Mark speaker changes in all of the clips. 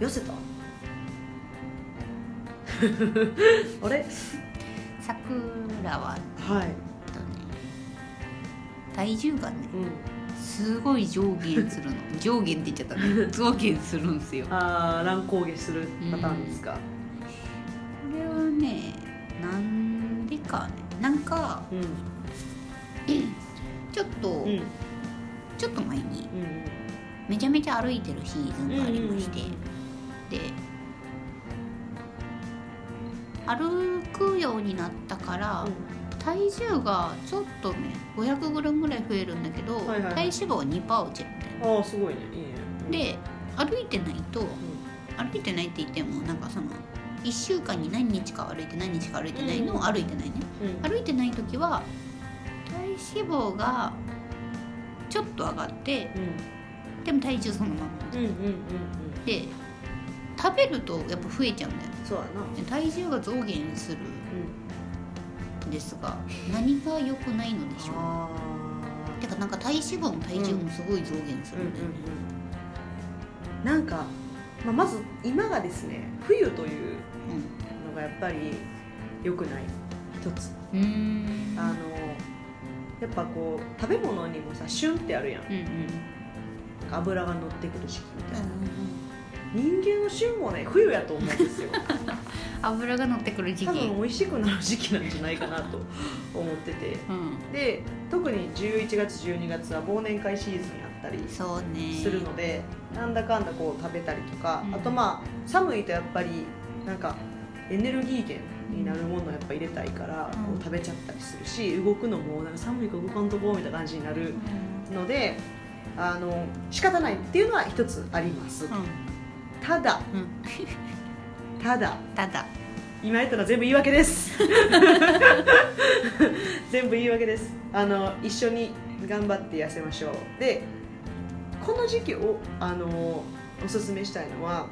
Speaker 1: 寄 せたあれ
Speaker 2: 桜は
Speaker 1: はい、
Speaker 2: えっとね体重がね
Speaker 1: うん、
Speaker 2: すごい上下す るの上下って言っちゃったね上下するんですよこ
Speaker 1: ああ乱高下するパターンですか
Speaker 2: れはねなんでかねなんか
Speaker 1: うん
Speaker 2: ちょっと、
Speaker 1: うんうん
Speaker 2: ちょっと前にめちゃめちゃ歩いてるシーズンがありまして、
Speaker 1: うんうん
Speaker 2: で歩くようになったから、体重がちょっとね 500g ぐらい増えるんだけど、
Speaker 1: はいはい
Speaker 2: 体脂肪は2%落ちるみたい
Speaker 1: うんああすごいねいいねうん
Speaker 2: なで歩いてないと歩いてないって言ってもなんかその1週間に何日か歩いて何日か歩いてないのを
Speaker 1: うん
Speaker 2: 歩いてないね
Speaker 1: うんうん
Speaker 2: 歩いてない時は体脂肪がちょっと上がってでも体重そのまま
Speaker 1: うんうんうんうん
Speaker 2: で食べるとやっぱ増えちゃうんだよ
Speaker 1: そうやな
Speaker 2: で体重が増減する
Speaker 1: うん
Speaker 2: んですが何が良くないのでしょう
Speaker 1: あ
Speaker 2: てかなんか体脂肪も体重もすごい増減す
Speaker 1: ーう
Speaker 2: る
Speaker 1: んうん
Speaker 2: んだよね、
Speaker 1: うんなんか、まあ、まず今がですね冬という
Speaker 2: うん
Speaker 1: のがやっぱり良くない一つ
Speaker 2: うーん
Speaker 1: あのやっぱこう食べ物にもさ旬ってあるやん
Speaker 2: うんうん
Speaker 1: 油が乗ってくる時期みたいな人間の旬もね冬やと思うんですよ
Speaker 2: 油が乗ってくる 時期
Speaker 1: 多分美味しくなる時期なんじゃないかなと 思ってて
Speaker 2: うん
Speaker 1: で特に11月12月は忘年会シーズンやったり
Speaker 2: そうね
Speaker 1: するのでなんだかんだこう食べたりとか、
Speaker 2: うん
Speaker 1: あとまあ寒いとやっぱりなんかエネルギー源になるものをやっぱ入れたいから、
Speaker 2: うん
Speaker 1: こう食べちゃったりするし動くのもなんか寒いから動かんとこうみたいな感じになるのであの仕方ないっていうのは一つあります、
Speaker 2: うん、
Speaker 1: ただ
Speaker 2: う
Speaker 1: ただ
Speaker 2: ん、ただ
Speaker 1: 今言ったのは全部言い訳です 全部言い訳ですあの一緒に頑張って痩せましょうでこの時期をあのおすすめしたいのは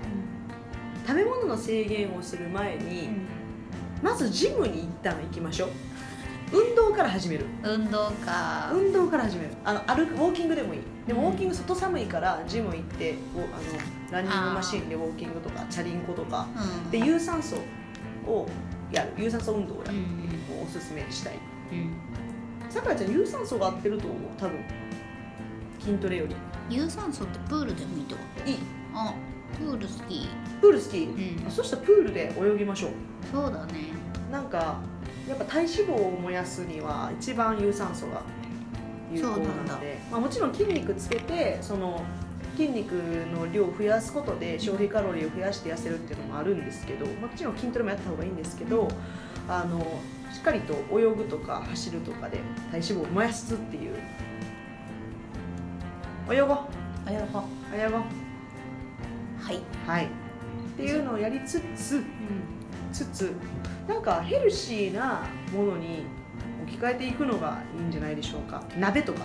Speaker 1: 食べ物の制限をする前に、まずジムに一旦行きましょう運動から始める
Speaker 2: 運動か
Speaker 1: 運動から始めるあの歩くウォーキングでもいいでも
Speaker 2: うん
Speaker 1: ウォーキング外寒いからジム行ってウォあのランニングマシンでウォーキングとかチャリンコとか
Speaker 2: うん
Speaker 1: で有酸素をやる有酸素運動をや
Speaker 2: う
Speaker 1: る、
Speaker 2: ん
Speaker 1: おすすめしたい
Speaker 2: うん
Speaker 1: さくらちゃん有酸素が合ってると思う多分筋トレより
Speaker 2: 有酸素ってプールでもいいってこ
Speaker 1: いい
Speaker 2: とあプール好き
Speaker 1: プール好き、
Speaker 2: うん
Speaker 1: そしたらプールで泳ぎましょ
Speaker 2: そうだね
Speaker 1: うなんかやっぱ体脂肪を燃やすには一番有酸素が有効な
Speaker 2: そうなんだ
Speaker 1: ので、まあ、もちろん筋肉つけてその筋肉の量を増やすことで消費カロリーを増やして痩せるっていうのもあるんですけどもちろん筋トレもやった方がいいんですけどあのしっかりと泳ぐとか走るとかで体脂肪を燃やすっていう泳ごう
Speaker 2: あやば
Speaker 1: 泳ごう
Speaker 2: はい、
Speaker 1: はい、っていうのをやりつつつつなんかヘルシーなものに置き換えていくのがいいんじゃないでしょうか鍋とか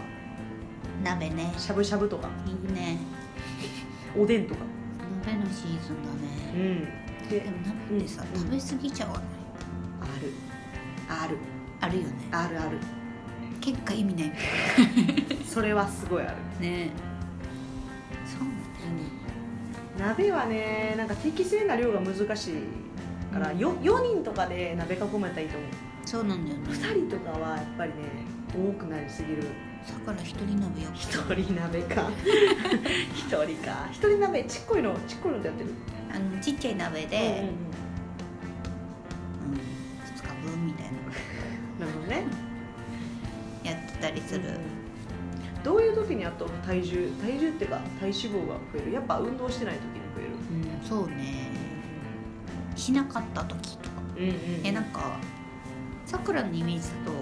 Speaker 2: 鍋ね
Speaker 1: しゃぶしゃぶとか
Speaker 2: いいね
Speaker 1: おでんとか
Speaker 2: 鍋のシーズンだ
Speaker 1: う
Speaker 2: ね
Speaker 1: んで
Speaker 2: でも鍋ってさ、
Speaker 1: うん
Speaker 2: 食べ過ぎちゃわない
Speaker 1: あるある
Speaker 2: あるよね
Speaker 1: あるある
Speaker 2: 結果意味ないみたい
Speaker 1: それはすごいある
Speaker 2: なねそうなんだよ
Speaker 1: 鍋
Speaker 2: ね
Speaker 1: はねなんか適正な量が難しいから、よ4人とかで鍋囲めたらいいと思う
Speaker 2: そうなんだよね
Speaker 1: 2人とかはやっぱりね多くなりすぎる
Speaker 2: さくら一人鍋よ
Speaker 1: 一人鍋か一人か一人鍋ちっこいのちっこいのでやってる
Speaker 2: あのちっちゃい鍋
Speaker 1: うん
Speaker 2: で、
Speaker 1: うんうん
Speaker 2: うん2日分みたいな
Speaker 1: なるほどね
Speaker 2: やってたりする、
Speaker 1: どういう時にやっと体重体重っていうか体脂肪が増えるやっぱ運動してない時に増える
Speaker 2: うんそうねしなかった時とか、
Speaker 1: うんう
Speaker 2: えなん
Speaker 1: か
Speaker 2: かさくらのイメージだと、
Speaker 1: う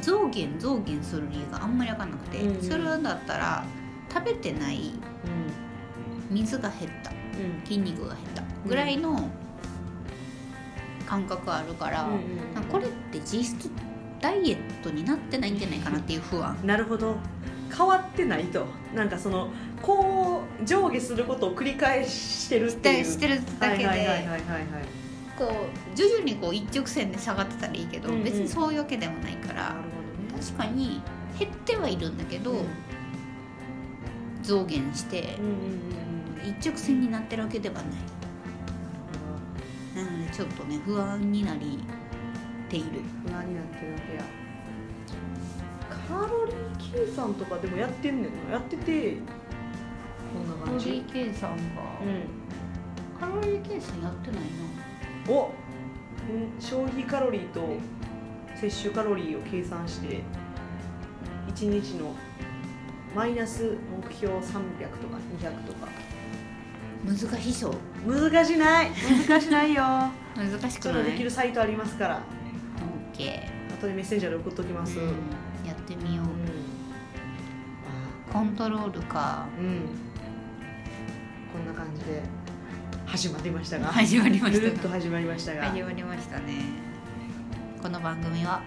Speaker 2: 増減増減する理由があんまり分かんなくて、
Speaker 1: うんうん
Speaker 2: それだったら食べてない
Speaker 1: ん
Speaker 2: 水が減った
Speaker 1: うん
Speaker 2: 筋肉が減ったぐらいの感覚あるから、
Speaker 1: うん
Speaker 2: なんかこれって実質ダイエットになってないんじゃないかなっていう不安
Speaker 1: なるほど変わってないとなんかそのこう上下することを繰り返してるっ
Speaker 2: して
Speaker 1: いう
Speaker 2: てしてるだけで、
Speaker 1: はいはいはいはいはいはい
Speaker 2: こう徐々にこう一直線で下がってたらいいけど、
Speaker 1: うんうん
Speaker 2: 別にそういうわけでもないか
Speaker 1: な
Speaker 2: ら
Speaker 1: るほどね
Speaker 2: 確かに減ってはいるんだけど、増減して
Speaker 1: うんうんうんうん
Speaker 2: 一直線になってるわけではないなのでちょっとね不安になりている
Speaker 1: 不安になってるわけやカロリー計算とかでもやってんねんなやっててこんな
Speaker 2: カロ
Speaker 1: 感
Speaker 2: リ
Speaker 1: じ
Speaker 2: ー計算が、
Speaker 1: うん
Speaker 2: カロリー計算やってない
Speaker 1: おうん消費カロリーと摂取カロリーを計算して1日のマイナス目標300とか200とか
Speaker 2: な難しそう
Speaker 1: 難しない難しないよ
Speaker 2: 難し く
Speaker 1: ちょっ
Speaker 2: な
Speaker 1: と
Speaker 2: い
Speaker 1: できるサイトありますから
Speaker 2: オッケ
Speaker 1: 後でメッセンジャーで送っときま
Speaker 2: ー
Speaker 1: す、
Speaker 2: うんやってみよう
Speaker 1: う
Speaker 2: コントロールか
Speaker 1: ん、うん、こんな感じで始まりましたが
Speaker 2: 始まりま
Speaker 1: ぬるっ
Speaker 2: した
Speaker 1: と
Speaker 2: が
Speaker 1: 始まりましたが
Speaker 2: 始まりましたねこの番組は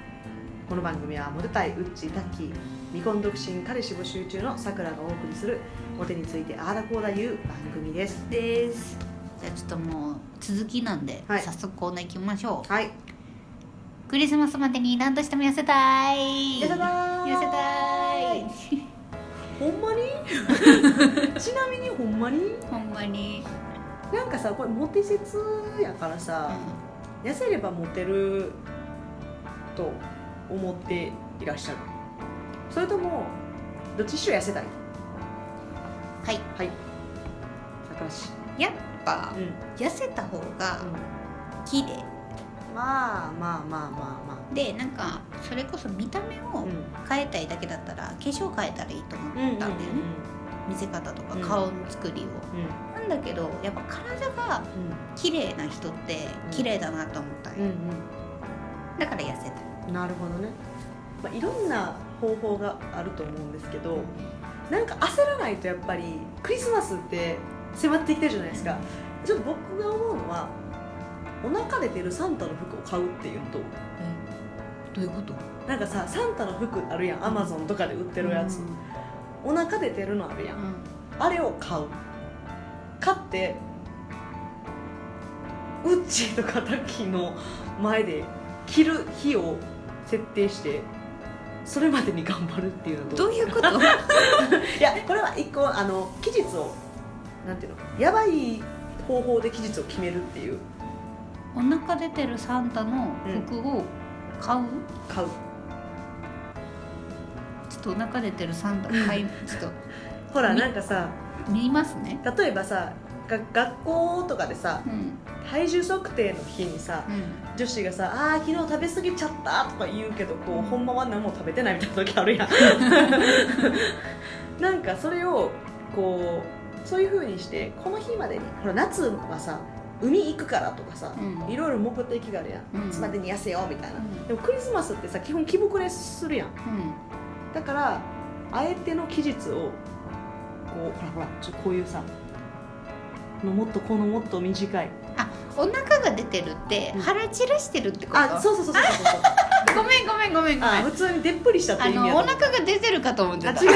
Speaker 1: この番組はモテたいウッチタッキー未婚独身彼氏募集中のさくらがお送りするモテについてあーだこうだ言う番組です
Speaker 2: ですじゃあちょっともう続きなんで、
Speaker 1: はい
Speaker 2: 早速コーナー行きましょ
Speaker 1: はいう
Speaker 2: クリスマスまでに何としても痩せたい
Speaker 1: 痩せたー
Speaker 2: 痩せたい
Speaker 1: ほんまに ちなみにほんまに
Speaker 2: ほんまに、
Speaker 1: なんかさこれモテ説やからさ、痩せればモテると思っていらっしゃるそれともどっちにしろ痩せたい
Speaker 2: はい
Speaker 1: はい高橋
Speaker 2: やっぱ
Speaker 1: うん、
Speaker 2: 痩せた方が綺麗
Speaker 1: まあまあまあま
Speaker 2: でなんかそれこそ見た目
Speaker 1: あまあ
Speaker 2: を変えたいだけだったら化粧変えたらいいと思った
Speaker 1: うん
Speaker 2: んだよね、見せ方とか
Speaker 1: うん
Speaker 2: 顔の作りを、
Speaker 1: うんうん
Speaker 2: なんだけどやっぱ体が綺麗な人って綺麗だなと思ったよ、
Speaker 1: うん
Speaker 2: だから痩せたい
Speaker 1: うんなるほどね、まあ、いろんな方法があると思うんですけどなんか焦らないとやっぱりクリスマスって迫ってきてるじゃないですかちょっと僕が思うのはお腹で出るサンタの服を買うっていうのと
Speaker 2: どういうこと
Speaker 1: なんかさサンタの服あるやんアマゾンとかで売ってるやつ、お腹で出るのあるやん、あれを買う買ってウッチーとかタッキーの前で着る日を設定してそれまでに頑張るっていうのと
Speaker 2: どういうこと
Speaker 1: いやこれは一個あの期日をなんていうのやばい方法で期日を決めるっていう
Speaker 2: お腹出てるサンタの服を買う、
Speaker 1: 買う
Speaker 2: ちょっとお腹出てるサンタ買いちょっ
Speaker 1: ほらなんかさ
Speaker 2: と見ますね
Speaker 1: 例えばさが学校とかでさ
Speaker 2: うん
Speaker 1: 体重測定の日にさ
Speaker 2: うん
Speaker 1: 女子がさ「あー昨日食べ過ぎちゃった」とか言うけどこう、
Speaker 2: うん
Speaker 1: ほんまは何も食べてないみたいな時あるや んなんかそれをこうそういう風にしてこの日までにほら夏はさ海行くからとかさ、
Speaker 2: うん
Speaker 1: いろいろ目的があるやん、
Speaker 2: うん
Speaker 1: 夏までに痩せようみたいな、
Speaker 2: うん
Speaker 1: でもクリスマスってさ基本気膨れするやんだからあえての期日をこうほらほらちょこういうさのもっとこのもっと短い
Speaker 2: うん、お腹が出てるって
Speaker 1: うん
Speaker 2: 腹散らしてるってこと、
Speaker 1: あそうそうそうそうそうそう
Speaker 2: ごめんごめんごめんごめ
Speaker 1: あ
Speaker 2: ん
Speaker 1: 普通にでっぷりしたって
Speaker 2: あ
Speaker 1: いう意味や
Speaker 2: のお
Speaker 1: と思う
Speaker 2: 腹が出てるかと思っちゃった
Speaker 1: あ違う違う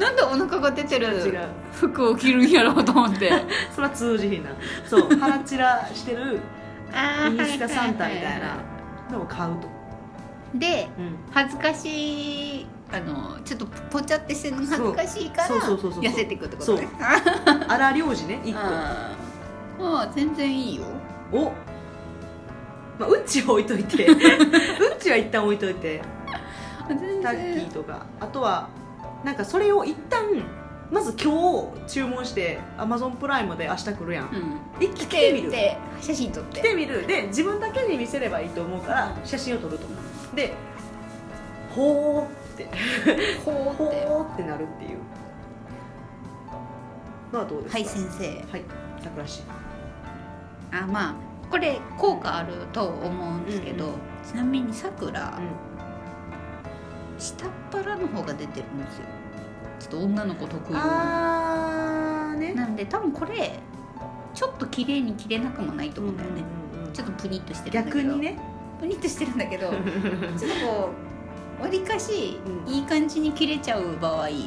Speaker 2: なんでお腹が出て
Speaker 1: 違う
Speaker 2: る服を着るんやろうと思って
Speaker 1: それは通じひんなそう腹チラしてる
Speaker 2: あ
Speaker 1: インスタサンタみたいなでも買うと、
Speaker 2: で
Speaker 1: うん、
Speaker 2: 恥ずかしいあのちょっとぽちゃってしてるの恥ずかしいから
Speaker 1: そうそうそうそうそう
Speaker 2: 痩せていくってこと
Speaker 1: そう
Speaker 2: ね
Speaker 1: 荒領事ね1
Speaker 2: あーまあ全然いいよ
Speaker 1: 個を、まあ、うっちは置いとい てうっちは一旦置いといて
Speaker 2: 全
Speaker 1: タッキー
Speaker 2: 然
Speaker 1: とかあとはなんかそれを一旦まず今日注文してアマゾンプライムで明日来るやん
Speaker 2: うん
Speaker 1: 一気に来てみる
Speaker 2: て写真撮っ
Speaker 1: 来
Speaker 2: て
Speaker 1: てみるで自分だけに見せればいいと思うから写真を撮るとでほーって
Speaker 2: こ
Speaker 1: ほーってなるっていうまあどうですか
Speaker 2: はい先生
Speaker 1: はい桜市
Speaker 2: あまあこれ効果あると思うんですけど、
Speaker 1: うんう
Speaker 2: ちなみにさくら
Speaker 1: うん、
Speaker 2: 下っ腹の方が出てるんですよちょっと女の子特有の
Speaker 1: あーね
Speaker 2: なんで多分これちょっと綺麗に着れなくもないと思うんだよね、
Speaker 1: うんうんうん
Speaker 2: ちょっとプニッとしてるんだけ
Speaker 1: 逆
Speaker 2: ど
Speaker 1: にね
Speaker 2: プニッとしてるんだけどちょっとこうわりかし
Speaker 1: うん
Speaker 2: いい感じに切れちゃう場合隠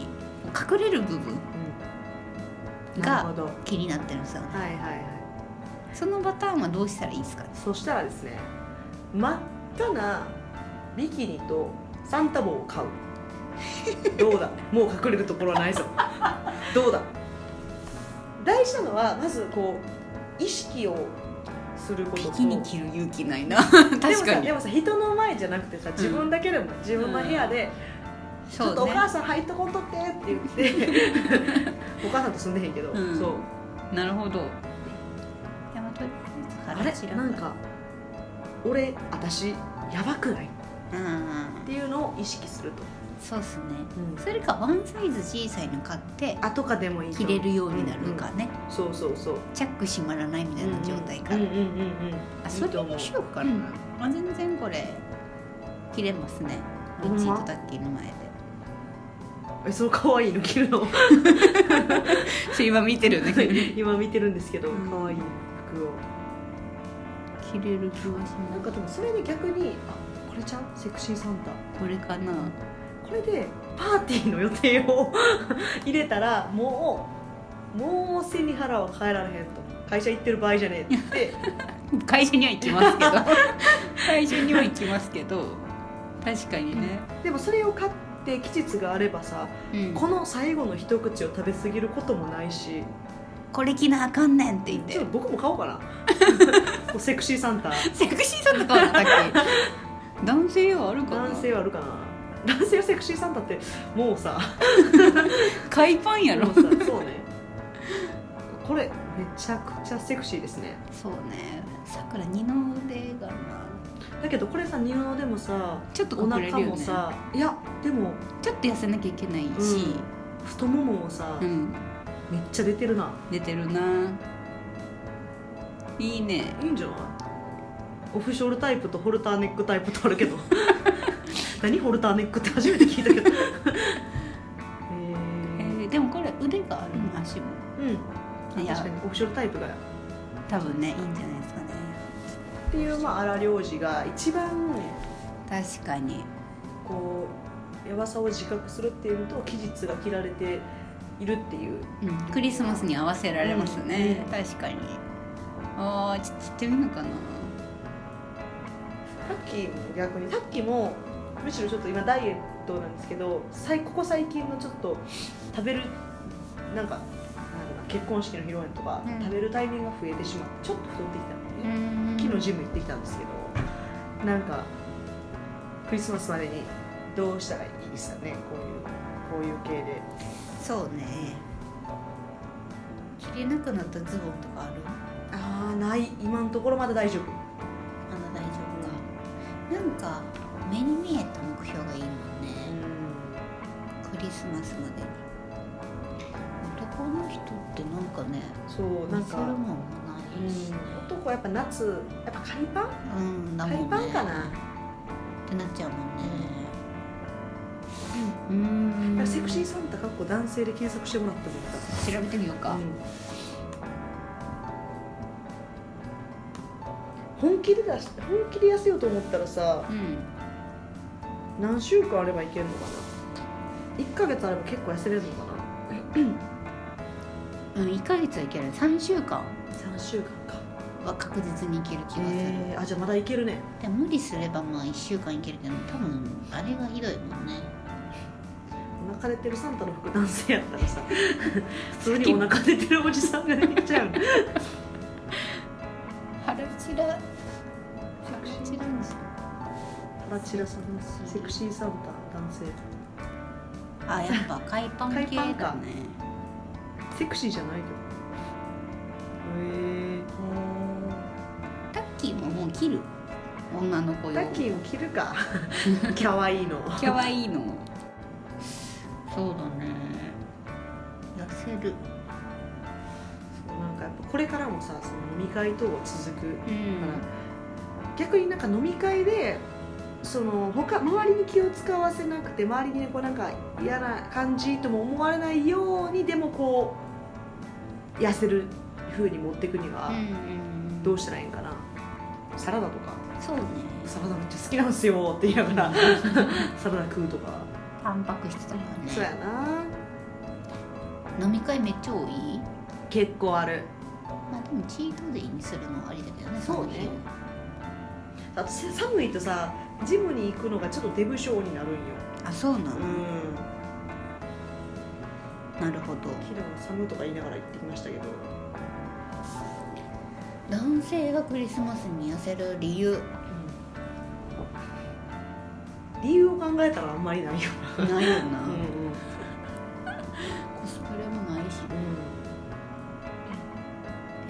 Speaker 2: れる部分
Speaker 1: うん
Speaker 2: が
Speaker 1: なるほどはい
Speaker 2: 気になってるんですよね
Speaker 1: はいはい
Speaker 2: そのパターンはどうしたらいいですかね
Speaker 1: そしたらですね真っ赤なビキニとサンタ帽を買 うどうだもう隠れるところはないぞどうだ大事なのはまずこう意識をすることと
Speaker 2: ビキニ着る勇気な いな
Speaker 1: でも
Speaker 2: 確か
Speaker 1: さ
Speaker 2: に
Speaker 1: でもさ人の前じゃなくてさ自分だけでも、自分の部屋で、ちょ
Speaker 2: そ
Speaker 1: っと
Speaker 2: う
Speaker 1: お
Speaker 2: ね
Speaker 1: 母さん入っとこんとってって言って お母さんと住んでへんけど、
Speaker 2: うん
Speaker 1: そう
Speaker 2: なるほど大和
Speaker 1: あれなんか俺私やばくないっ
Speaker 2: うんうん
Speaker 1: ていうのを意識すると、
Speaker 2: そうっすねそれかワンサイズ小さいの買って
Speaker 1: あとかでもいいと
Speaker 2: 着
Speaker 1: 思う
Speaker 2: れるようになるかね、
Speaker 1: そうそうそう
Speaker 2: チャック閉まらないみたいな状態から、
Speaker 1: うんうんうんうん
Speaker 2: あそれ
Speaker 1: い
Speaker 2: に
Speaker 1: い
Speaker 2: し
Speaker 1: と
Speaker 2: ようかな、
Speaker 1: うん
Speaker 2: あ全然これ着れますね
Speaker 1: ほん
Speaker 2: う
Speaker 1: ま
Speaker 2: ちとタッキーの前で
Speaker 1: 思うえその可愛いの着る の
Speaker 2: それ今見てるんだけど
Speaker 1: 今見てるんですけど
Speaker 2: うん
Speaker 1: 可愛い服を
Speaker 2: 着れる気がし
Speaker 1: なん
Speaker 2: ま
Speaker 1: かでもそれで逆にあこれちゃんセクシーサンタ
Speaker 2: すこれかな
Speaker 1: これでパーティーの予定を 入れたらもうもう背に腹は変えられへんと会社行ってる場合じゃねえって言って
Speaker 2: 会社には行きます けど会社には行きますけど確かにね、
Speaker 1: でもそれを買って期日があればさ
Speaker 2: うん
Speaker 1: この最後の一口を食べ過ぎることもないし
Speaker 2: これ着なあかんねんって言って
Speaker 1: ちょっと僕も買おう かなこうセクシーサンタ
Speaker 2: セクシーさとかあったっ け男性用あるかな
Speaker 1: 男性はあるかな男性はセクシーサンタってもうさ
Speaker 2: 海パンやろ
Speaker 1: もうさそうねこれめちゃくちゃセクシーですね
Speaker 2: そうねさくら二の腕がな
Speaker 1: だけどこれさ二の腕もさ
Speaker 2: ちょっと
Speaker 1: お
Speaker 2: 隠れるよ
Speaker 1: 腹も
Speaker 2: ねちょ
Speaker 1: さ、いやでも
Speaker 2: っと痩せなきゃいけないし、
Speaker 1: 太もももさ、
Speaker 2: うん
Speaker 1: めっちゃ出てるな
Speaker 2: 出てるないいね
Speaker 1: いいんじゃないオフショルタイプとホルターネックタイプとある けど何ホルターネックって初めて聞いたけどへ
Speaker 2: え
Speaker 1: え
Speaker 2: ーでもこれ腕があるの足も
Speaker 1: うん
Speaker 2: いや
Speaker 1: 確かにオフショルタイプが
Speaker 2: 多分ねいいんじゃないですかね
Speaker 1: っていう、まあ、荒療治が一番
Speaker 2: 確かに
Speaker 1: こうやばさを自覚するっていうのと期日が切られているっていう
Speaker 2: うん、クリスマスに合わせられますね、
Speaker 1: うん
Speaker 2: 確かにああちょっとってみるのかな
Speaker 1: タッキーも逆にタッキーもむしろちょっと今ダイエットなんですけど最ここ最近のちょっと食べるなんかなんだろうな結婚式の披露宴とか、
Speaker 2: うん
Speaker 1: 食べるタイミングが増えてしまってちょっと太ってきたので、ね
Speaker 2: ん
Speaker 1: 昨日ジム行ってきたんですけどなんかクリスマスまでにどうしたらいいですかねこういうこういう系で。
Speaker 2: そうね着れなくなったズボンとかある
Speaker 1: ああない今のところまだ大丈夫
Speaker 2: あの大丈夫かなんか目に見えた目標がいいもんねクリスマスまでに男の人ってなんかね
Speaker 1: そうなん
Speaker 2: 見せる
Speaker 1: か
Speaker 2: もんもないしね
Speaker 1: 男はやっぱ夏やっぱ海パン
Speaker 2: うんだもん
Speaker 1: 海
Speaker 2: ね
Speaker 1: パンかな
Speaker 2: ってなっちゃうもんねうん
Speaker 1: だからセクシーサンタかっこ男性で検索してもらってもいいか
Speaker 2: 調べてみよう
Speaker 1: ら
Speaker 2: か、
Speaker 1: 本気で出し本気で痩せようと思ったらさ
Speaker 2: うん
Speaker 1: 何週間あればいけるのかな1ヶ月あれば結構痩せれるのかな
Speaker 2: うん、1ヶ月はいけない3週間
Speaker 1: 3週間か
Speaker 2: は確実にいける気がする、
Speaker 1: えー、あじゃあまだいけるね
Speaker 2: で無理すればまあ1週間いけるけど多分あれがひどいもんね
Speaker 1: お腹出てるサンタの服男性やったら さ普通にお腹出てるおじさんが出てきちゃう
Speaker 2: 腹チラ
Speaker 1: 腹
Speaker 2: チラ
Speaker 1: ラチラさんセクシーサンタ男性
Speaker 2: あやっぱ海パン系
Speaker 1: 海パ
Speaker 2: だ
Speaker 1: ン
Speaker 2: ね
Speaker 1: セクシーじゃないけどへ
Speaker 2: タッキーももう切る女の子
Speaker 1: え
Speaker 2: 用
Speaker 1: タッキーも着る か可愛いの
Speaker 2: かわいいのそうだね痩せる
Speaker 1: なんかやっぱこれからもさその飲み会等は続く
Speaker 2: う
Speaker 1: から、
Speaker 2: ん
Speaker 1: 逆になんか飲み会でその他周りに気を使わせなくて周りにねこうなんか嫌な感じとも思われないようにでもこう痩せる風に持っていくには
Speaker 2: うん
Speaker 1: どうしたらいいんかな、サラダとか
Speaker 2: そうね
Speaker 1: サラダめっちゃ好きなんですよって言いなが らサラダ食うとか、
Speaker 2: タンパク質とか
Speaker 1: そうや
Speaker 2: ね
Speaker 1: な
Speaker 2: 飲み会めっちゃ多い
Speaker 1: 結構ある
Speaker 2: まあでもチートデイにするのはありだけどね
Speaker 1: そうねあとせ寒いとさジムに行くのがちょっとデブ症になるんよ
Speaker 2: あそうなの、
Speaker 1: うん
Speaker 2: なるほ
Speaker 1: 昨日
Speaker 2: ど
Speaker 1: は寒いとか言いながら行ってきましたけど
Speaker 2: 男性がクリスマスに痩せる理由
Speaker 1: 理由を考えたらあんまりないよ
Speaker 2: ないよ
Speaker 1: な、
Speaker 2: な、
Speaker 1: うん
Speaker 2: コスプレもないし
Speaker 1: う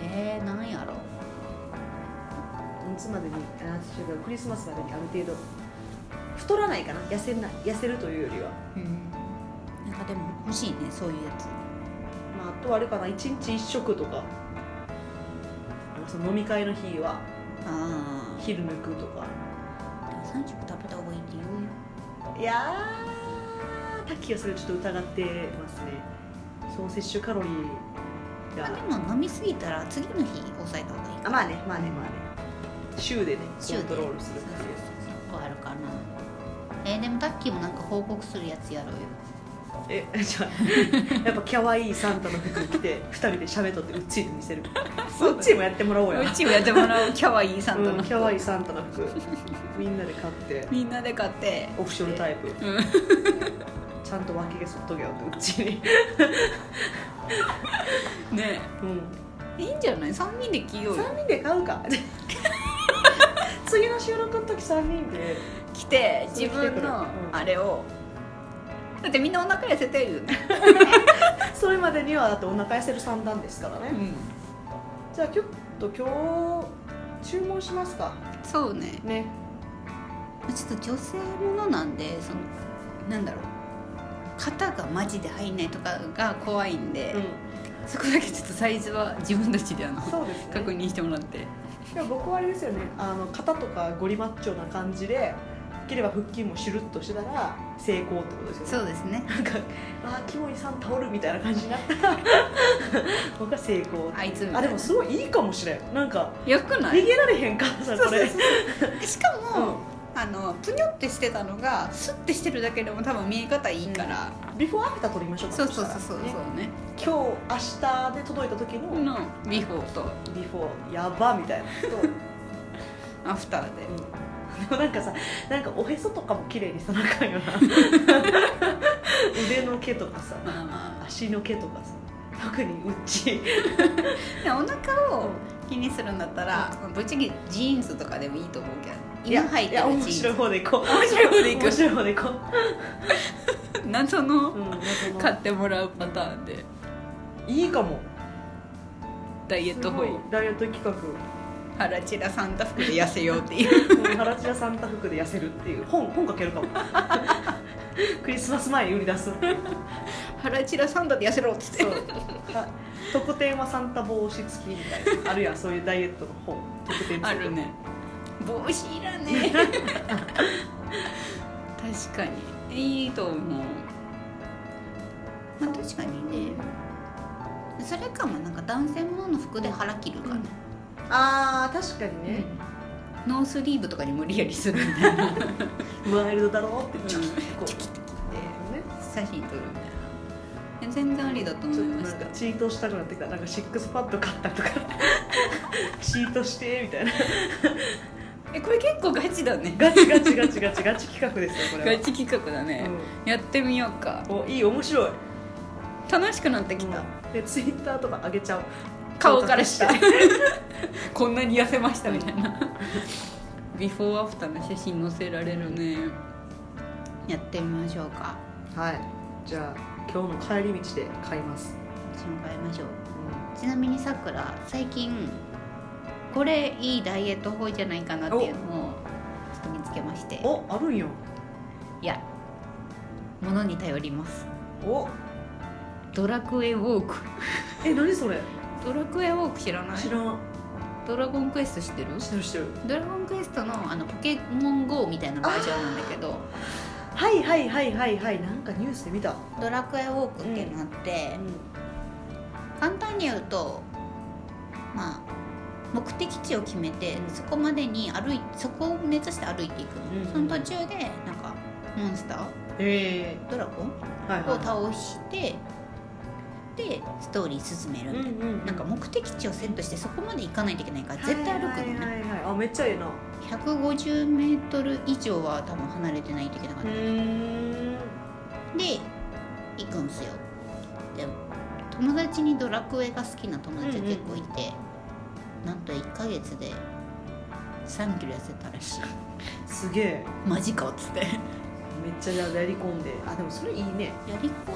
Speaker 2: えー、なんやろ
Speaker 1: ん、いつまでにあ違うクリスマスまでにある程度太らないかな痩せない痩せるというよりは、
Speaker 2: うんなんかでも欲しいねそういうやつ
Speaker 1: まあ、あとはあれかな一日一食とかあのその飲み会の日は
Speaker 2: あ
Speaker 1: 昼抜くとか
Speaker 2: あでも3食食べた方がいいって言うよ
Speaker 1: いやータッキーはそれちょっと疑ってますねその摂取カロリー
Speaker 2: あ
Speaker 1: が
Speaker 2: でも飲みすぎたら次の日抑えた方がいい
Speaker 1: あまあねまあねまあね週でねコ
Speaker 2: 週
Speaker 1: ン
Speaker 2: で
Speaker 1: トロールするっていう
Speaker 2: こあるかなえー、でもタッキーもなんか報告するやつやろうよ
Speaker 1: えじゃあ やっぱ可愛いサンタの服着て2人でしゃべっとってうっちーに見せるそっちもやってもらおうや
Speaker 2: ちもやってもらうキャワイイサ
Speaker 1: うん、可愛いサンタの服みんなで買って
Speaker 2: みんなで買って
Speaker 1: オフショルタイプ
Speaker 2: うん
Speaker 1: ちゃんと脇毛そっとけよってうっちーに、
Speaker 2: ね
Speaker 1: うん、
Speaker 2: いいんじゃない3人で着ようよ
Speaker 1: 3人で買うか 次の収録の時3人で
Speaker 2: 着て
Speaker 1: そう
Speaker 2: 自分の
Speaker 1: 着てくるうん
Speaker 2: あれをだってみんなお腹痩せてるよね、
Speaker 1: それまでにはだってお腹痩せる三段ですからね、じゃあちょっと今日注文しますか
Speaker 2: そうね
Speaker 1: ね
Speaker 2: ちょっと女性ものなんでそのなんだろう肩がマジで入んないとかが怖いんで、
Speaker 1: う
Speaker 2: そこだけちょっとサイズは自分たちであの
Speaker 1: んそうですね
Speaker 2: 確認してもらって
Speaker 1: でも僕はあれですよねあの肩とかゴリマッチョな感じでできれば腹筋もシュルッとしてたら成功ってことですよね
Speaker 2: そうですね
Speaker 1: なんかあーキモイさん倒るみたいな感じになったら 僕は成功
Speaker 2: あいつみたいな
Speaker 1: あでもすごいいいかもしれんなんか
Speaker 2: よくな
Speaker 1: 逃
Speaker 2: い
Speaker 1: げられへんからさ
Speaker 2: そう
Speaker 1: こ
Speaker 2: そう
Speaker 1: れ
Speaker 2: そうしかも、
Speaker 1: う
Speaker 2: あのプニョってしてたのがスッてしてるだけでも多分見え方いいから、
Speaker 1: んビフォーアフター撮りましょうか
Speaker 2: そうそうそうそうそう
Speaker 1: ね
Speaker 2: ね
Speaker 1: 今日明日で届いた時の
Speaker 2: のビフォーと
Speaker 1: ビフォーやばみたいな人
Speaker 2: アフターで
Speaker 1: でもなんかさなんかおへそとかも綺麗にさなあかんよ な腕の毛とかさ
Speaker 2: まあま
Speaker 1: 足の毛とかさ特にうち
Speaker 2: あでお腹を気にするんだったら、ぶっちゃけジーンズとかでもいいと思うけど今入ってる
Speaker 1: いや面
Speaker 2: ジー
Speaker 1: 白い
Speaker 2: ン
Speaker 1: 方でいこう
Speaker 2: 面白い方でいこう
Speaker 1: 面白い方でいこう
Speaker 2: ズ謎の
Speaker 1: うん謎
Speaker 2: 買
Speaker 1: の
Speaker 2: ってもらうパターンで
Speaker 1: いいかも
Speaker 2: ダイエットホイ
Speaker 1: すごいダイエット企画
Speaker 2: 腹チラサンタ服で痩せようっていう
Speaker 1: うん原千屋サンタ服で痩せるっていう本本書けるかもクリスマス前に売り出す
Speaker 2: 腹チラサンタで痩せろっつって
Speaker 1: そうは特典はサンタ帽子付きみたいなあるいはそういうダイエットの本特典付き
Speaker 2: あるね帽子いら ねえ確かにいいと思うまあ確かにねそれかもなんか男性ものの服で腹切るかね、
Speaker 1: あー確かにね、
Speaker 2: ノースリーブとかに無理やりするみ たいな
Speaker 1: ワイルドだろうってチキッてこう、
Speaker 2: チキって切
Speaker 1: ね
Speaker 2: って写真撮るみたいなえ全然ありだと思
Speaker 1: ち
Speaker 2: い
Speaker 1: ょっと
Speaker 2: ま
Speaker 1: な
Speaker 2: し
Speaker 1: ん
Speaker 2: た
Speaker 1: かチートしたくなってきたなんかシックスパッド買ったとか チートしてみたいな
Speaker 2: えこれ結構ガチだね
Speaker 1: ガチガチガチガチガチ企画ですよこれ
Speaker 2: ガ
Speaker 1: は
Speaker 2: チ企画だね、やってみようか
Speaker 1: うん、おいい面白い
Speaker 2: 楽しくなってきた、
Speaker 1: うんでツイッターとか上げちゃおう
Speaker 2: 顔からして こんなに痩せましたみたいなビフォーアフターの写真載せられるねやってみましょうか
Speaker 1: はいじゃあ今日の帰り道で買います、
Speaker 2: 心配ましょう
Speaker 1: う
Speaker 2: ちなみにさくら最近これいいダイエット法じゃないかなっていうのをちょっと見つけまして
Speaker 1: ん、おあるんよ
Speaker 2: いやものに頼ります
Speaker 1: お
Speaker 2: ドラクエウォーク
Speaker 1: え何それ
Speaker 2: ドラクエウォーク知らない
Speaker 1: 知らん
Speaker 2: ドラゴンクエスト知ってる
Speaker 1: 知ってる知ってる
Speaker 2: ドラゴンクエストのあのポケモン GO みたいなバージョンなんだけど
Speaker 1: はいはいはいはいはいなんかニュースで見た、
Speaker 2: ドラクエウォークっていうのがあって、簡単に言うとまあ目的地を決めて、
Speaker 1: うん
Speaker 2: そこまでに歩いそこを目指して歩いていくの、
Speaker 1: うん
Speaker 2: その途中でなんかモンスター
Speaker 1: え
Speaker 2: ドラゴン
Speaker 1: ー、はい
Speaker 2: を
Speaker 1: は
Speaker 2: 倒してでストーリー進める
Speaker 1: い
Speaker 2: みたいな,、
Speaker 1: うんうん
Speaker 2: なんか目的地をセットしてそこまで行かないといけないから絶対歩くの
Speaker 1: は
Speaker 2: ね、
Speaker 1: いはいはいはい、あめっちゃいいな
Speaker 2: 150メートル以上は多分離れてないといけなかった、
Speaker 1: ん
Speaker 2: で行くんすよで達にドラクエが好きな友達が結構いて、なんと1ヶ月で3キロ痩せたらしい
Speaker 1: すげえ
Speaker 2: マジかっつってや
Speaker 1: めっちゃやり込んであでもそれいいね
Speaker 2: りこ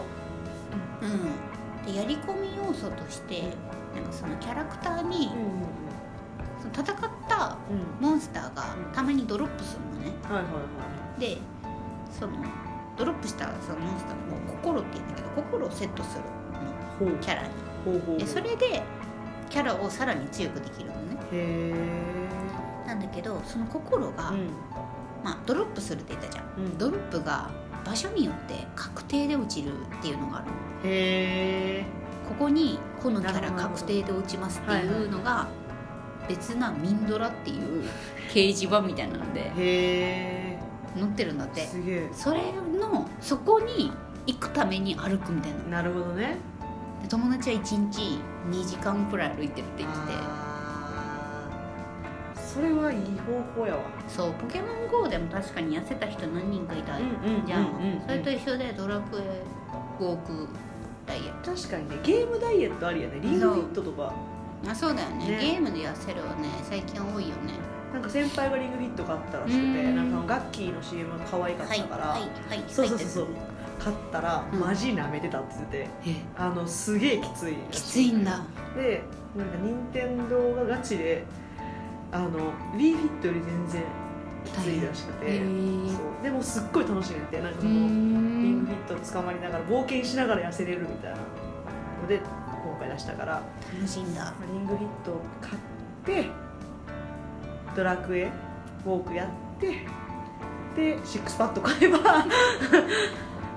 Speaker 2: うんでやり込み要素としてなんかそのキャラクターに
Speaker 1: うんうん
Speaker 2: その戦った
Speaker 1: うん
Speaker 2: モンスターが
Speaker 1: うん
Speaker 2: たまにドロップするのね
Speaker 1: はいはいはい
Speaker 2: でそのドロップしたそのモンスターの心って言うんだけど心をセットするの
Speaker 1: ほう
Speaker 2: キャラに
Speaker 1: ほうほう
Speaker 2: でそ
Speaker 1: へ
Speaker 2: れでキャラをさらに強くできるのね
Speaker 1: え
Speaker 2: なんだけどその心が、
Speaker 1: うん
Speaker 2: まあ、ドロップするって言ったじゃん
Speaker 1: うん
Speaker 2: ドロップが場所によって確定で落ちるっていうのがあるの
Speaker 1: へえ
Speaker 2: ここにこのキャ
Speaker 1: なる
Speaker 2: ラ
Speaker 1: ほど
Speaker 2: 確定で落ちますって
Speaker 1: はい
Speaker 2: い
Speaker 1: はいう
Speaker 2: のが別なミンドラっていう掲示板みたいなので
Speaker 1: へ
Speaker 2: 載ってるんだっ
Speaker 1: え
Speaker 2: て
Speaker 1: すげえ
Speaker 2: それのそこに行くために歩くみたいな
Speaker 1: なるほどね
Speaker 2: で友達は1日2時間くらい歩いてるって言ってて
Speaker 1: あーそれはいい方法やわ
Speaker 2: そうポケモン GO でも確かに痩せた人何人かいた
Speaker 1: うん
Speaker 2: じゃんそれと一緒でドラクエウォークダイエッ
Speaker 1: 確かにねゲームダイエットありやねリングフィットとか
Speaker 2: トあそうだよね
Speaker 1: ね
Speaker 2: ゲームで痩せるはね最近多いよね
Speaker 1: なんか先輩がリングフィット買ったらしく
Speaker 2: う
Speaker 1: て
Speaker 2: ん
Speaker 1: なんかあのガッキーの CM が可愛かっ
Speaker 2: はい
Speaker 1: た
Speaker 2: は
Speaker 1: から、
Speaker 2: いはい
Speaker 1: そうそうそうそう
Speaker 2: はい
Speaker 1: 買ったら
Speaker 2: うん
Speaker 1: マジ舐めてたって言ってて、
Speaker 2: え
Speaker 1: あのすげえきついら
Speaker 2: き
Speaker 1: し
Speaker 2: ついんだ
Speaker 1: でなんか任天堂がガチであの WeFit より全然きついらしく
Speaker 2: へ
Speaker 1: て、
Speaker 2: え
Speaker 1: そうでもすっごい楽しいねってなんか
Speaker 2: う
Speaker 1: そ
Speaker 2: ー
Speaker 1: の、リング
Speaker 2: ん
Speaker 1: フィット捕まりながら冒険しながら痩せれるみたいなので今回出したから
Speaker 2: 楽しいんだ
Speaker 1: リングフィットを買ってドラクエウォークやってでシックスパッド買えば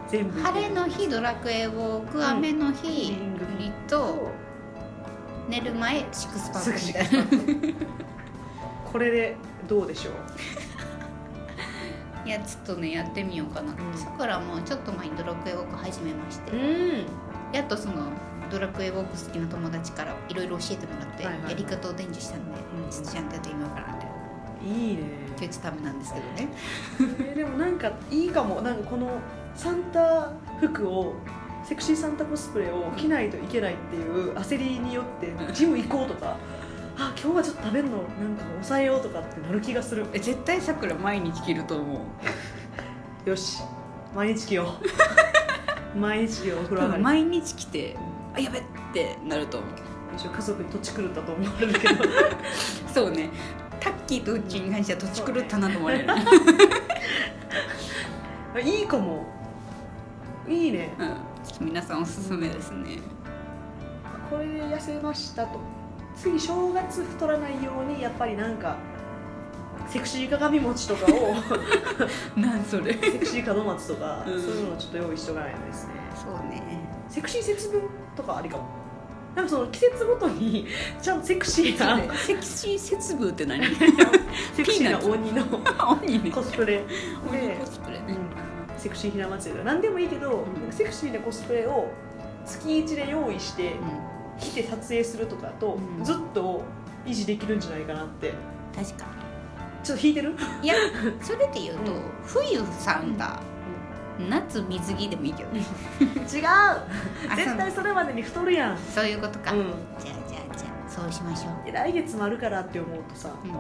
Speaker 1: 全部
Speaker 2: 晴れの日ドラクエウォー
Speaker 1: うん
Speaker 2: ク雨の日
Speaker 1: リングフィット
Speaker 2: リと寝る前シックスパッ
Speaker 1: す
Speaker 2: ク
Speaker 1: ぐ
Speaker 2: み
Speaker 1: シッ
Speaker 2: た
Speaker 1: ク
Speaker 2: いな
Speaker 1: スパッドこれでどうでしょう
Speaker 2: いやちょっとねやってみようかな
Speaker 1: うん
Speaker 2: さくらもちょっと前にドラクエウォーク始めまして
Speaker 1: ん
Speaker 2: やっとそのドラクエウォーク好きな友達からいろいろ教えてもらって
Speaker 1: はいはい
Speaker 2: やり方を伝授したんで
Speaker 1: うん
Speaker 2: ちょっとちゃんとやってみようかなって
Speaker 1: いいね
Speaker 2: 今日ちょっとダメなんですけどね
Speaker 1: えーでもなんかいいかもなんかこのサンタ服をセクシーサンタコスプレを着ないといけないっていう焦りによってジム行こうとかあ今日はちょっと食べるのなんか抑えようとかってなる気がする
Speaker 2: え絶対さくら毎日着ると思う
Speaker 1: よし毎日着よ う毎日着ようお風呂上がり
Speaker 2: 毎日着てあやべってなると思う
Speaker 1: 一緒家族に土地狂ったと思われるけど
Speaker 2: そうねタッキーとウッチーに関しては土地狂ったなと思われる、
Speaker 1: あ いいかもいいね
Speaker 2: うん、ちょっと皆さんおすすめですね
Speaker 1: これで痩せましたと次正月太らないようにやっぱりなんかセクシー鏡餅とかを
Speaker 2: なんそれ
Speaker 1: セクシー門松とか、
Speaker 2: うん
Speaker 1: そういうのをちょっと用意しとかないとですね
Speaker 2: そうね
Speaker 1: セクシー節分とかありかもなんかその季節ごとにちゃんとセクシーな
Speaker 2: セクシー節分って何
Speaker 1: セクシーな鬼の
Speaker 2: 鬼ね
Speaker 1: コスプレで
Speaker 2: 鬼コスプレね、
Speaker 1: セクシーひな祭りとか何でもいいけど、
Speaker 2: ん
Speaker 1: なんかセクシーなコスプレを月1で用意して
Speaker 2: うん、
Speaker 1: 来て撮影するとかだと、
Speaker 2: うん
Speaker 1: ずっと維持できるんじゃないかなって
Speaker 2: 確か
Speaker 1: ちょっと引いてる
Speaker 2: にいやそれで言うと、
Speaker 1: うん
Speaker 2: 冬さんが夏水着でもいいけどね
Speaker 1: 違う
Speaker 2: あ
Speaker 1: 絶対それまでに太るやん、
Speaker 2: そうそういうことか、
Speaker 1: う
Speaker 2: じゃあじゃあじゃあそうしましょ
Speaker 1: ん、来月もあるからって思うとさ
Speaker 2: う、うん、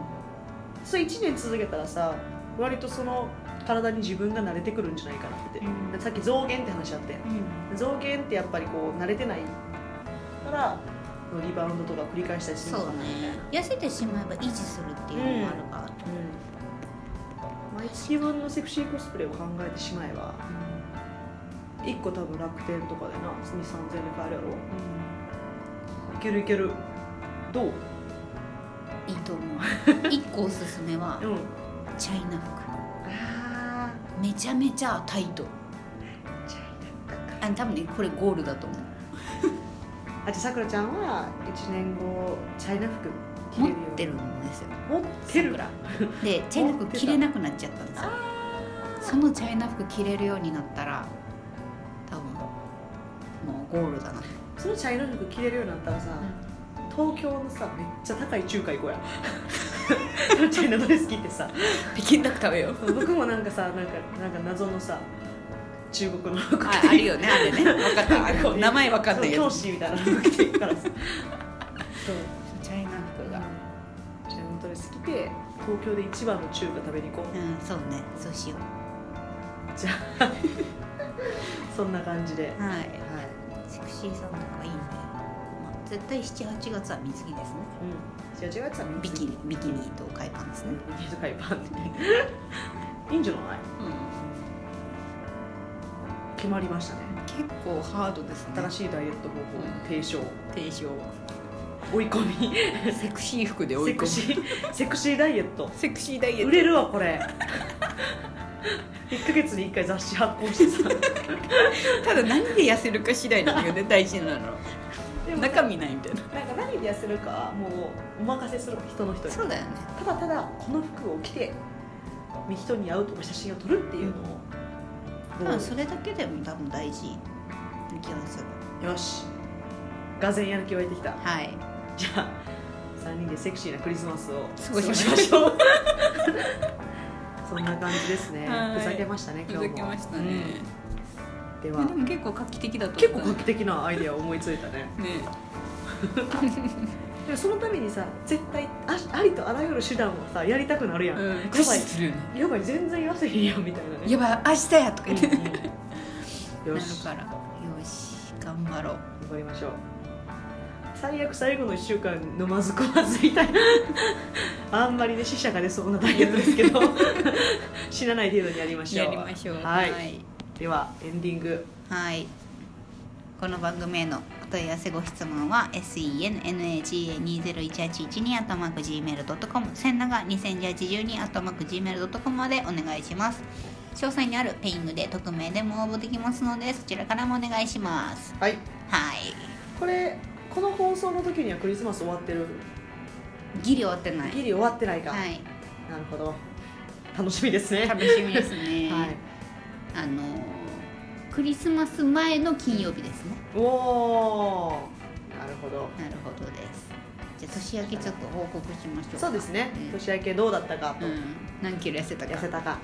Speaker 1: それ1年続けたらさ割とその体に自分が慣れてくるんじゃないかなって、
Speaker 2: うん
Speaker 1: さっき増減って話あって増減ってやっぱりこう慣れてないからリバウンドとか繰り返したりする
Speaker 2: そう
Speaker 1: のかなみたい
Speaker 2: ね
Speaker 1: な、
Speaker 2: 痩せてしまえば維持するっていうのもあるから、
Speaker 1: うん、毎月分のセクシーコスプレを考えてしまえば1個多分楽天とかでな23000円で買えるやろいけるいけるどう
Speaker 2: いいと思う一個おすすめは
Speaker 1: うん
Speaker 2: チャイナ服
Speaker 1: あ
Speaker 2: めちゃめちゃタイト
Speaker 1: あチャイナか
Speaker 2: あ多分ねこれゴールだと思
Speaker 1: あじゃあさくらちゃんは1年後チャイナ服
Speaker 2: う持って
Speaker 1: る
Speaker 2: るんですよ
Speaker 1: 持ってる
Speaker 2: 桜でチャイナ服着れなくなっちゃったんですよそのチャイナ服着れるようになったら多分もうゴールだな
Speaker 1: そのチャイナ服着れるようになったらさ、東京のさめっちゃ高い中華行こうや チャイナドレス着てさ
Speaker 2: 北京ダック食べよう
Speaker 1: 僕もなんかさなんかなんか謎のさ中国の服
Speaker 2: ああるよねあれね分かったあ
Speaker 1: こう
Speaker 2: の名前分かんない
Speaker 1: 教
Speaker 2: よ
Speaker 1: 師みたいなの着てるからさそう
Speaker 2: チャイナ服が
Speaker 1: じゃあ本当に好きで東京で一番の中華食べに行こう
Speaker 2: うんそうねそうしよ
Speaker 1: じゃあそんな感じで、は
Speaker 2: うはい
Speaker 1: い
Speaker 2: セクシーさんとかいいね、まあ、絶対78月は水着ですね
Speaker 1: うん、違う違うやつは
Speaker 2: ビキニビキニと海パンですね
Speaker 1: ビキニとかいっぱいあっていいんじゃない
Speaker 2: うん
Speaker 1: 決まりましたね
Speaker 2: 結構ハードですね
Speaker 1: 新しいダイエット方法提唱
Speaker 2: 提 唱
Speaker 1: 追い込み
Speaker 2: セクシー服で追
Speaker 1: セ
Speaker 2: い込む
Speaker 1: クシ ーセクシーダイエット
Speaker 2: セクシーダイエット
Speaker 1: 売れるわこれ1ヶ月に1回雑誌発行 してさ
Speaker 2: ただ何で痩せるか次第なのよね大事な の
Speaker 1: でもなんか
Speaker 2: 中身ないみたいな
Speaker 1: 何で痩せるかはもうお任せする人の人に
Speaker 2: そうだよね
Speaker 1: ただただこの服を着て人に会うとか写真を撮るっていうのを
Speaker 2: 多
Speaker 1: どう
Speaker 2: 分それだけでも多分大事な気がする
Speaker 1: よしがぜんやる気湧いてきた
Speaker 2: はい
Speaker 1: じゃあ3人でセクシーなクリスマスを
Speaker 2: 過ごしましょう
Speaker 1: ょうそんな感じですね
Speaker 2: はい
Speaker 1: ふざけましたね今日もうんで
Speaker 2: まあ
Speaker 1: は
Speaker 2: でも結構画期的だと
Speaker 1: 結構
Speaker 2: 思う
Speaker 1: 画期的なアイデアを思いついたね
Speaker 2: ね
Speaker 1: でもそのためにさ絶対あありとあらゆる手段をさやりたくなるやん、
Speaker 2: うん
Speaker 1: 駆使
Speaker 2: するよね
Speaker 1: やばい全然痩せへんやんみたいなね
Speaker 2: やばい明日やとか
Speaker 1: う
Speaker 2: 言
Speaker 1: ん
Speaker 2: って
Speaker 1: うんよ
Speaker 2: なる
Speaker 1: し
Speaker 2: か
Speaker 1: 頑
Speaker 2: らよし頑張ろう
Speaker 1: 張りましょう最悪最後の1週間飲まず食わずみたい なあんまりね死者が出そうなダイエットですけ ど死なない程度にやりましょう
Speaker 2: やりましょう
Speaker 1: はい
Speaker 2: い
Speaker 1: ではエンディング
Speaker 2: はいこの番組へのお問い合わせご質問は sennaga201812 あとマーク gmail.com 千奈が201812あとマーク gmail.com までお願いします詳細にあるペイングで匿名でも応募できますのでそちらからもお願いします
Speaker 1: はい
Speaker 2: はい
Speaker 1: これこの放送の時にはクリスマス終わってる、
Speaker 2: ギリ終わってない
Speaker 1: ギリ終わってないか、
Speaker 2: はい
Speaker 1: なるほど楽しみですね
Speaker 2: 楽しみですね、
Speaker 1: はい
Speaker 2: あのークリスマス前の金曜日ですね
Speaker 1: おおなるほど
Speaker 2: なるほどですじゃあ年明けちょっと報告しましょうか
Speaker 1: そうですね、
Speaker 2: うん
Speaker 1: 年明けどうだったか
Speaker 2: う
Speaker 1: と、
Speaker 2: ん、何キロ痩せたか
Speaker 1: 痩せたか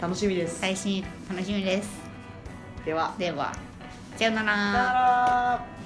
Speaker 1: 楽しみです、
Speaker 2: 最新楽しみです
Speaker 1: では
Speaker 2: ではさような
Speaker 1: さ
Speaker 2: ら
Speaker 1: よなら